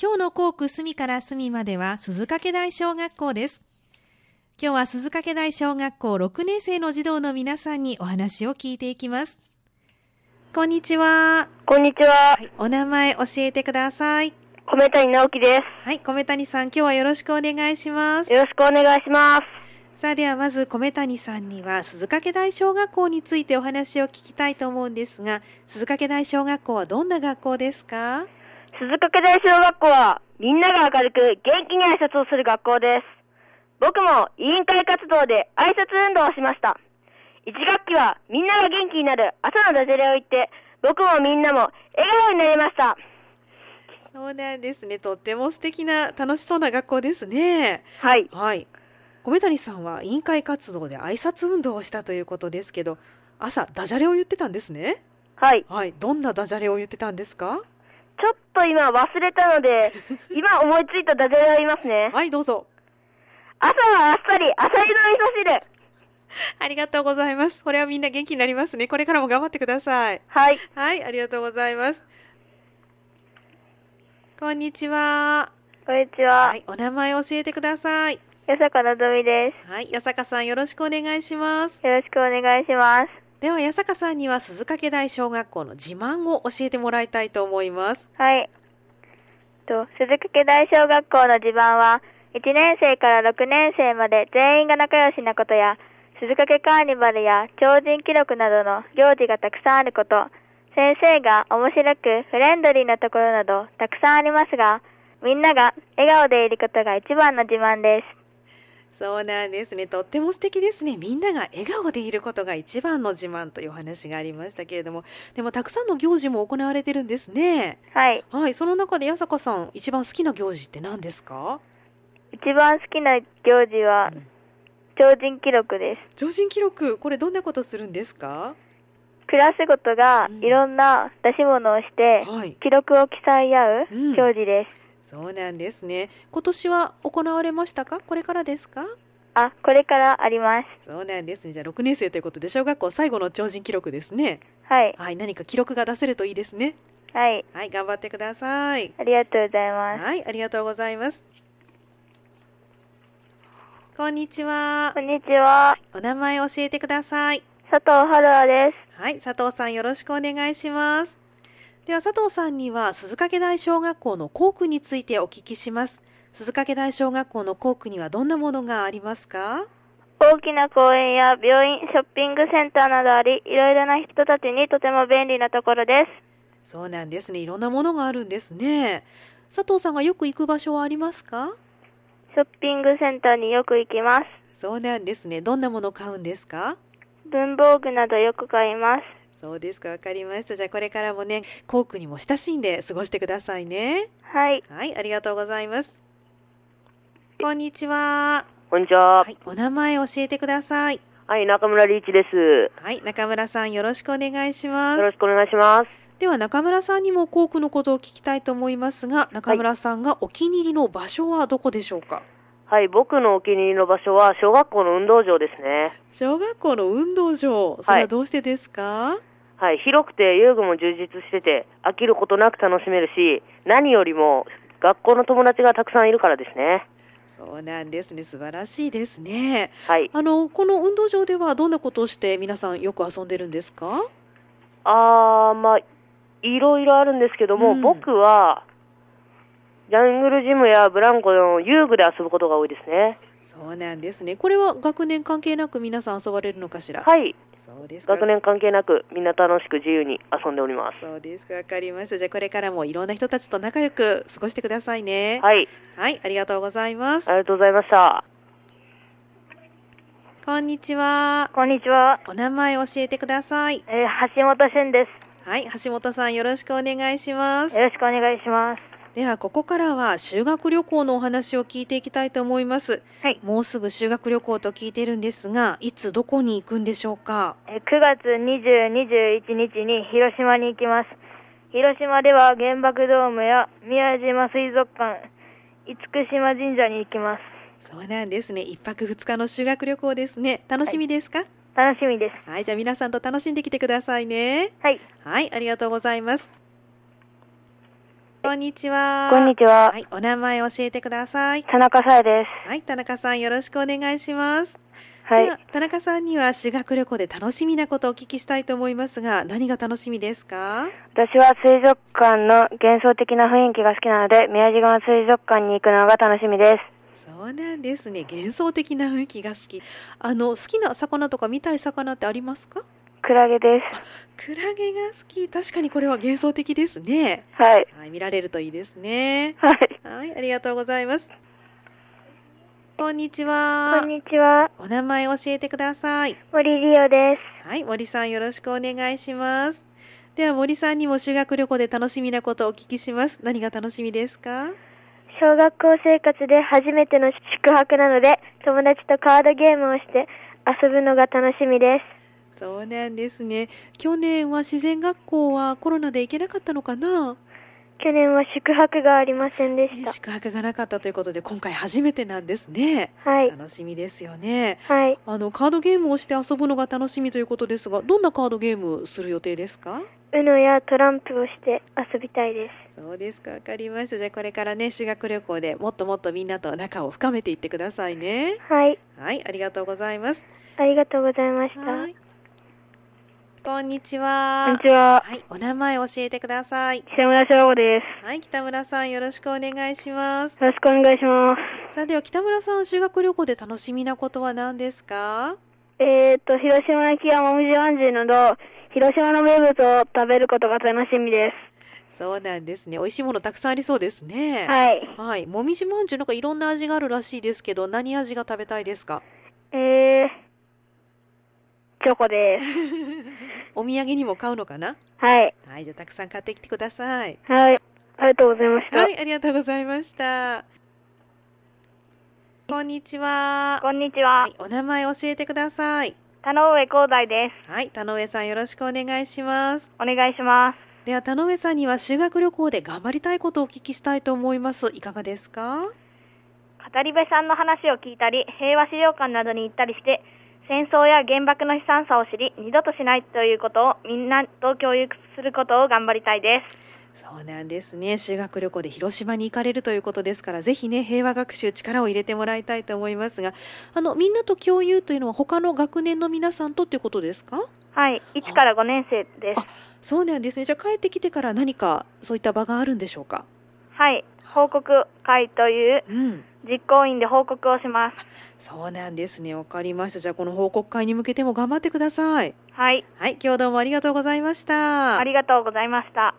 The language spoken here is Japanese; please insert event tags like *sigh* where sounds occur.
今日の校区隅から隅までは鈴掛台小学校です今日は鈴掛台小学校6年生の児童の皆さんにお話を聞いていきますこんにちは、こんにちはは。い、お名前教えてください米谷直樹ではい米谷さん今日はよろしくお願いしますす。よろしくお願いします。さあではまず米谷さんには鈴掛台小学校についてお話を聞きたいと思うんですが鈴掛台小学校はどんな学校ですか鈴掛台小学校は、みんなが明るく元気に挨拶をする学校です。僕も委員会活動で挨拶運動をしました。一学期はみんなが元気になる朝のダジャレを言って、僕もみんなも笑顔になりました。そうなんですねとっても素敵な楽しそうな学校ですねはい。はい米谷さんは委員会活動で挨拶運動をしたということですけど朝ダジャレを言ってたんですねはい。はいどんなダジャレを言ってたんですかちょっと今忘れたので、今思いついたダジャレを言います *laughs* ね。はいどうぞ朝はあっさり、アサリの味噌汁。ありがとうございますこれはみんな元気になりますねこれからも頑張ってくださいはい。はい、ありがとうございます。こんにちは。こんにちははい、お名前教えてください。よさこなぞみではい、八坂さんよろしくお願いします。す。よろしくお願いします。では、八坂さんには鈴掛台小学校の自慢を教えてもらいたいと思います。はい。と鈴掛大小学校の地盤は、1年生から6年生まで全員が仲良しなことや、鈴掛カーニバルや超人記録などの行事がたくさんあること、先生が面白くフレンドリーなところなどたくさんありますが、みんなが笑顔でいることが一番の自慢です。そうなんですね。とっても素敵ですね。みんなが笑顔でいることが一番の自慢というお話がありましたけれども、でもたくさんの行事も行われてるんですね。はい。はい、その中で八坂さん、一番好きな行事って何ですか一番好きな行事は、超人記録です。常人記録、これどんなことするんですかクラスごとがうんいろんな出し物をして、はい、記録を競い合ううん行事です。そうなんですね。今年は行われましたか？これからですか？あ、これからあります。そうなんですね。じゃあ6年生ということで小学校最後の超人記録ですね。はい。はい、何か記録が出せるといいですね。はい。はい、頑張ってください。ありがとうございます。はい、ありがとうございます。こんにちはこ。んにちは。お名前教えてください。佐藤春和です。はい、佐藤さんよろしくお願いします。では佐藤さんには鈴掛台小学校の校区についてお聞きします。鈴掛台小学校の校区にはどんなものがありますか？大きな公園や病院、ショッピングセンターなどあり、いろいろな人たちにとても便利なところです。そうなんですね。いろんなものがあるんですね。佐藤さんがよく行く場所はありますか？ショッピングセンターによく行きます。そうなんですね。どんなものを買うんですか？文房具などよく買います。そうですか。わかりました。じゃあこれからもね、校区にも親しんで過ごしてくださいね。はい。はい、ありがとうございます。こんにちは。こんにちははい、お名前教えてください。はい、中村隆一です。よはい、中村さんよろしくお願いします。しくお願いします。では中村さんにも校区のことを聞きたいと思いますが、中村さんがお気に入りの場所はどこでしょうか。はい、僕のお気に入りの場所は小学校の運動場ですね。小学校の運動場、それはどうしてですか。はい、広くて遊具も充実してて、飽きることなく楽しめるし、何よりも学校の友達がたくさんいるからですね。そうなんですね。素晴らしいですね。はい。あのこの運動場ではどんなことをして皆さんよく遊んでるんですか。あー、まあ、いろいろあるんですけども、うん僕は、ジャングルジムやブランコの遊具で遊ぶことが多いですね。そうなんですね。これは学年関係なく皆さん遊ばれるのかしら。はい。そうですか。学年関係なく、みんな楽しく自由に遊んでおります。そうですか。わかりました。じゃあこれからもいろんな人たちと仲良く過ごしてくださいね。はい。はい、ありがとうございますあ。りがとうございました。こんにちは。こんにちは。お名前教えてください。え橋本俊ではい、橋本さんよろしくお願いします。よろしくお願いします。ではここからは修学旅行のお話を聞いていきたいと思います。はい。もうすぐ修学旅行と聞いてるんですが、いつどこに行くんでしょうか。えー9月20、21日に広島に行きます。広島では原爆ドームや宮島水族館、厳島神社に行きます。そうなんですね。一泊二日の修学旅行ですね。楽しみですか。楽しみです。はい、じゃあ皆さんと楽しんできてくださいね。はい。はい、ありがとうございます。こんにちは。こんにちはは。い、お名前教えてください。田中さえです。はい、田中さんよろしくお願いします。は。ではい田中さんには修学旅行で楽しみなことをお聞きしたいと思いますが、何が楽しみですか私は水族館の幻想的な雰囲気が好きなので、宮地川水族館に行くのが楽しみです。そうなんですね。幻想的な雰囲気が好き。あの、好きな魚とか見たい魚ってありますかクラゲです。クラゲが好き。確かにこれは幻想的ですね。はい。はい、見られるといいですね。はい。はい、ありがとうございます。こんにちは。こんにちは、お名前教えてください。森リオです。はい、森さんよろしくお願いします。では森さんにも修学旅行で楽しみなことをお聞きします。何が楽しみですか小学校生活で初めての宿泊なので、友達とカードゲームをして遊ぶのが楽しみです。そうなんですね。去年は自然学校はコロナで行けなかったのかな去年は宿泊がありませんでしねた。宿泊がなかったということで今回初めてなんですね。はい。楽しみですよね。はい。あのカードゲームをして遊ぶのが楽しみということですが、どんなカードゲームする予定ですか？ UNO やトランプをして遊びたいです。そうですか、わかりました。じゃあこれからね修学旅行でもっともっとみんなと仲を深めていってくださいね。はい。はい、ありがとうございます。ありがとうございました。はい。こんにちこんはに。ちは。はい、お名前教えてください。北村翔吾ではい、北村さんよろしくお願いします。す。よろしくお願いします。さあでは北村さん修学旅行で楽しみなことは何ですか？えっと、広島焼きやもみじまんじゅうなど、広島の名物を食べることが楽しみでそうなんですね。美味しいものたくさんありそうですね。す。はい。はい、もみじまんじゅうなんかいろんな味があるらしいですけど、何味が食べたいですか。えー、チョコ *laughs* です。お土産にも買うのかな。はい。はい、じゃあたくさん買ってきてください。はい。ありがとうございました。はい、ありがとうございました。こんにちは。こんにちは。はい、お名前教えてください。田上光大です。はい、田上さんよろしくお願いします。お願いします。では田上さんには修学旅行で頑張りたいことをお聞きしたいと思います。いかがですか。語り部さんの話を聞いたり、平和資料館などに行ったりして、戦争や原爆の悲惨さを知り、二度としないということをみんなと共有することを頑張りたいです。そうなんですね。修学旅行で広島に行かれるということですから、ぜひね、平和学習力を入れてもらいたいと思いますが、あの、みんなと共有というのは他の学年の皆さんとっていうことですかはい。1から5年生ですあ。そうなんですね。じゃあ帰ってきてから何かそういった場があるんでしょうかはい。報告会といううん。実行委員で報告をします。そうなんですね。わかりました。じゃあこの報告会に向けても頑張ってください。はい。はい、今日どうもありがとうございました。ありがとうございました。